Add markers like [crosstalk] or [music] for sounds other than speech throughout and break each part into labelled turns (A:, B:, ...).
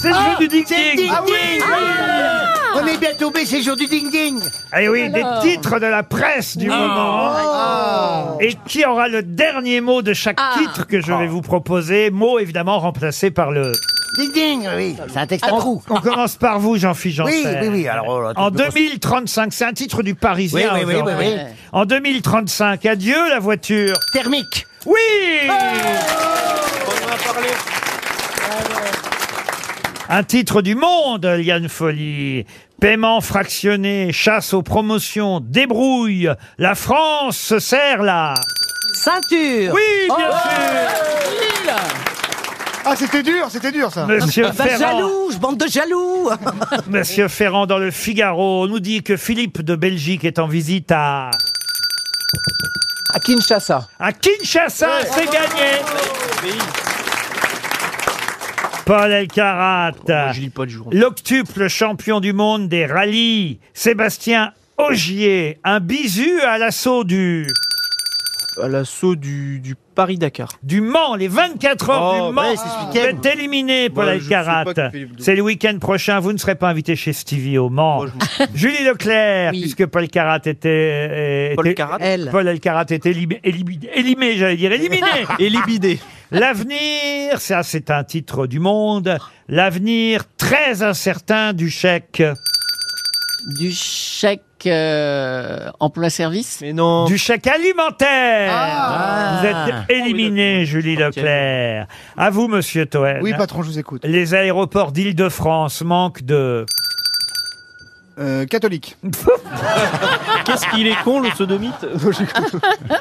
A: C'est le jeu du ding-ding
B: Ah oui, oui.
C: Ah.
D: On est bien tombé, c'est le jour du ding-ding
A: Eh oui, des titres de la presse du
D: Ah,
A: moment. Ah. Et qui aura le dernier mot de chaque
D: Ah.
A: titre que je vais vous proposer Mot évidemment remplacé par le...
D: Ding-ding, oui, c'est un texte à trous.
A: On commence par vous, Jean-Philippe
D: Ah. Oui,
A: Janssen.
D: oui, oui, alors... oh là, tu
A: En
D: peux pas-
A: 2035, c'est un titre du Parisien.
D: Oui, oui, oui, oui,
A: aujourd'hui.
D: oui.
A: En 2035, adieu la voiture.
D: Thermique
A: Oui Un titre du monde, Liane Folie. Paiement fractionné, chasse aux promotions, débrouille. La France se sert là. Oh
B: Ceinture.
A: Oui, bien
C: Bah,
E: Ah, c'était dur, c'était dur ça.
A: sûr. Monsieur
B: Bah,
A: Ferrand,
B: jaloux, je bande de jaloux.
A: Monsieur Ferrand dans le Figaro nous dit que Philippe de Belgique est en visite à,
B: À Kinshasa.
A: à Kinshasa. C'est gagné. Paul Elkarat.
F: pas de jour.
A: L'octuple champion du monde des rallyes, Sébastien Augier, un bisu à l'assaut du,
F: À l'assaut du, du Paris-Dakar.
A: du Mans, les 24 heures
F: Oh,
A: du Mans.
D: ouais, c'est ce
A: Vous
D: week-end.
A: êtes éliminé, Paul
F: Voilà, je sais pas
A: Alcarat.
F: que Philippe Doux-
A: C'est le week-end prochain, vous ne serez pas invité chez Stevie au Mans.
F: Moi,
A: Julie Leclerc,
B: Oui.
A: puisque Paul Carat était... euh,
F: Paul
A: était-
F: Carat.
B: Elle.
A: Paul Alcarat était éliminé, éliminé j'allais dire, éliminé
F: Et Libidé.
A: L'avenir, ça c'est un titre du monde, l'avenir très incertain du chèque.
G: Du chèque euh, emploi-service
F: Mais non.
A: du chèque alimentaire. Vous êtes éliminé, Julie
F: Ok.
A: Leclerc. À vous, Monsieur
D: Euh,
A: Toen.
E: Oui, patron, je vous écoute.
A: Les aéroports d'Île-de-France manquent de...
E: Euh, catholique.
F: Qu'est-ce qu'il est con, le [laughs] sodomite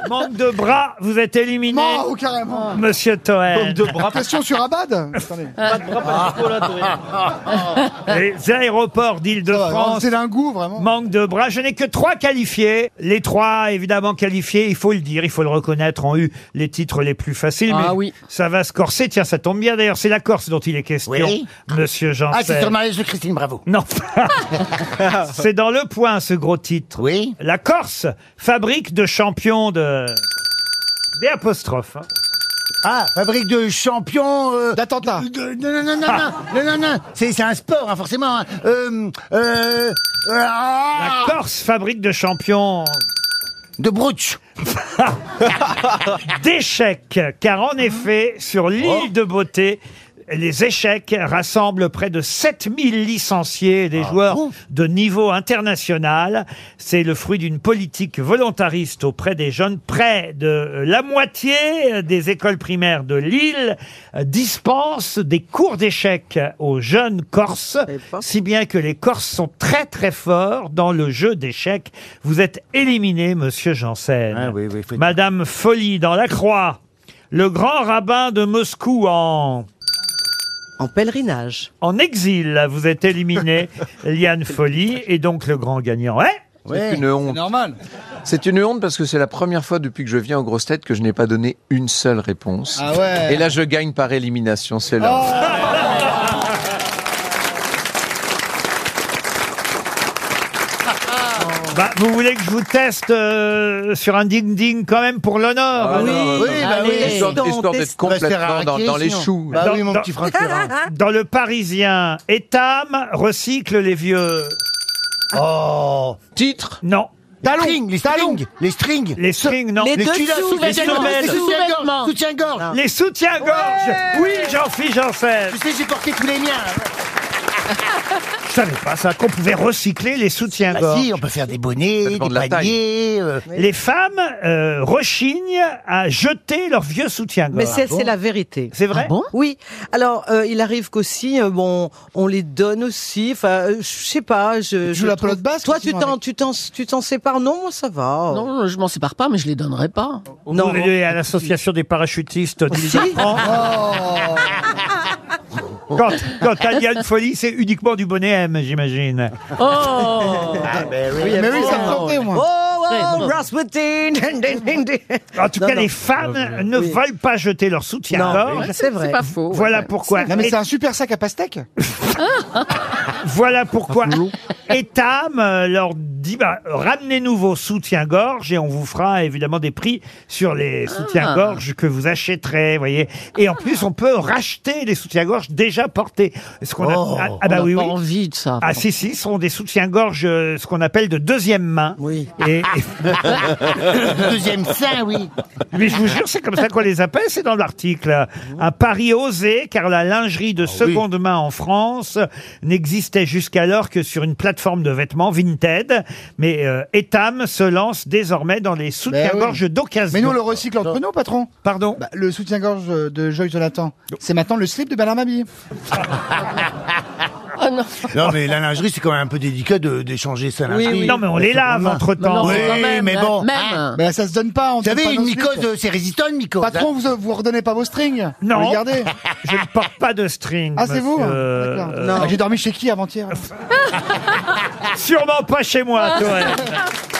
A: manque de bras, vous êtes éliminé,
E: Non, oh, carrément.
A: Monsieur Toen.
D: Oh.
F: bras.
E: Question sur
D: Euh,
E: Abad
D: [laughs]
E: Attendez.
F: Pas de bras, pas de chocolat, Toen.
A: Les aéroports
E: Ah,
A: d'Île-de-France
E: C'est d'un goût, vraiment.
A: manquent de bras. Je n'ai que trois qualifiés. Les trois, évidemment, qualifiés, il faut le dire, il faut le reconnaître, ont eu les titres les plus faciles.
G: Ah
A: mais
G: oui.
A: Ça va se corser. Tiens, ça tombe bien d'ailleurs. C'est la Corse dont il est question,
D: Oui.
A: Monsieur Janssen.
D: Ah, c'est sur le mariage de Christine Bravo.
A: Non. [laughs] c'est dans le point, ce gros titre.
D: Oui
A: La Corse, fabrique de champions de... Des apostrophes. hein.
D: Ah, fabrique de champions... euh,
E: D'attentat.
D: de- Non, non, non, non,
E: [laughs]
D: non, non, non, non, c'est c'est un sport, hein, forcément. hein. Euh, euh, euh,
A: La
D: ah,
A: Corse, fabrique de champions
D: de brooch.
A: d'échecs. Car en effet, sur l'île de beauté, les échecs rassemblent près de 7000 licenciés et des joueurs de niveau international. C'est le fruit d'une politique volontariste auprès des jeunes. Près de euh, la moitié euh, des écoles primaires de l'île euh, dispensent des cours d'échecs aux jeunes Corses, si bien que les Corses sont très très forts dans le jeu d'échecs. Vous êtes éliminé, monsieur Janssen.
D: Ah oui, oui, faut-
A: Madame Folie dans la Croix, le grand rabbin de Moscou en,
B: En pèlerinage.
A: en exil, vous êtes éliminé, Liane Folie, et donc le grand gagnant. est
D: Ouais.
H: une honte.
E: Normal.
H: C'est une honte parce que c'est la première fois depuis que je viens aux grosses têtes que je n'ai pas donné une seule réponse.
E: Ah ouais.
H: Et là, je gagne par élimination, c'est là.
A: bah, vous voulez que je vous teste euh, sur un ding-ding quand même pour l'honneur
H: Ah,
A: hein
H: non, non, non.
D: Oui, bah
B: Allez.
D: oui.
H: Histoire, histoire d'être
D: On va se faire
H: complètement dans,
D: arnaquer,
H: dans les
D: sinon.
H: choux.
D: Bah
A: Dans-
D: oui, mon
A: dans-
D: petit Franck Ferrand.
A: [laughs] Dans le Parisien, Etam recycle les vieux...
D: Oh
H: Titre
A: Non,
D: Talons, les strings, les strings.
A: les strings, non.
B: Les
D: Les
B: Dessous,
D: culottes,
B: vêtements,
D: les
B: dessous,
D: soutiens-gorge,
B: vêtements.
D: soutiens-gorge.
A: Les soutiens-gorge Oui, j'en suis, j'en sais
D: Tu sais, j'ai porté tous les miens. hein.
A: [laughs] Je savais pas ça, qu'on pouvait recycler les
D: Bah
A: soutiens-gorge.
D: si, on peut faire des bonnets,
H: Ça
D: des
H: dépend de la taille.
D: paniers. euh,
A: Les femmes euh, rechignent à jeter leur vieux soutien-gorge.
C: Mais c'est Ah c'est la vérité.
A: C'est vrai
C: Oui. Alors, euh, il arrive qu'aussi, euh, bon, on les donne aussi. Enfin, euh, je sais pas. Je,
E: Tu joues la
C: trouve-
E: pelote basque,
C: Toi, tu
E: sinon,
C: t'en,
E: avec-
C: tu t'en, tu t'en sépares Non, moi, ça va.
G: Non, je m'en sépare pas, mais je les donnerai pas.
A: Vous voulez à l'association des parachutistes
C: [laughs]
A: d'Île-de-France.
C: Oh.
A: Quand, quand il y a une folie, c'est uniquement du bonnet M, j'imagine.
G: Oh
D: Ah, ben oui.
E: Mais oui, ça
G: Ah,
E: me tentait,
C: Oh,
E: moi.
C: oh, Rasputin.
E: [laughs]
A: En tout
C: Non,
A: cas,
C: non.
A: les femmes ne
C: Oui.
A: veulent pas jeter leur soutien-gorge.
C: c'est vrai.
G: C'est pas faux. ouais.
A: Voilà pourquoi.
E: Non, mais
A: Et-
E: c'est un super sac à pastèque.
A: Voilà pourquoi Etam, euh, lors dit bah, ramenez-nous vos soutiens-gorge et on vous fera évidemment des prix sur
G: Ah.
A: les soutiens-gorge que vous achèterez, voyez. Et en plus, on peut racheter les soutiens-gorge déjà portés. Ce qu'on a- ah,
G: Oh. On
A: ah, bah
G: n'a
A: oui,
G: pas
A: oui.
G: envie de ça.
A: Ah si si, ce sont des soutiens-gorge, euh, ce qu'on appelle de deuxième main.
C: Oui.
A: Et,
G: Ah,
D: Ah, Deuxième sein, oui.
A: mais je vous jure, c'est comme ça qu'on les appelle, c'est dans l'article. Un pari osé, car la lingerie de seconde main en France n'existait jusqu'alors que sur une plateforme de vêtements Vinted. Mais euh, Etam se lance désormais dans les soutiens-gorge d'occasion.
E: Ben Mais nous, on le recycle entre nous, patron.
A: Pardon
E: Bah, le soutien-gorge euh, de Joy Jonathan, c'est maintenant le slip de Bernard Mabille.
G: Oh non.
D: Non, mais la lingerie, c'est quand même un peu délicat de- d'échanger sa lingerie. Euh,
A: Non, mais on les lave entre-temps.
G: Non,
D: Oui,
G: quand même,
D: mais bon.
G: Même.
E: Bah, ça se donne pas. On
D: Ah. Vous savez, une mycose,
E: mycose.
D: euh, c'est résistant, une mycose.
E: Patron, vous, vous redonnez pas vos strings
A: Non. [laughs]
E: Regardez.
A: Je ne porte pas de string.
E: Ah, c'est vous
A: monsieur.
E: D'accord. Ah,
A: Euh, [laughs]
E: Bah, J'ai dormi chez qui avant-hier Ah.
A: Sûrement pas chez moi, Toen.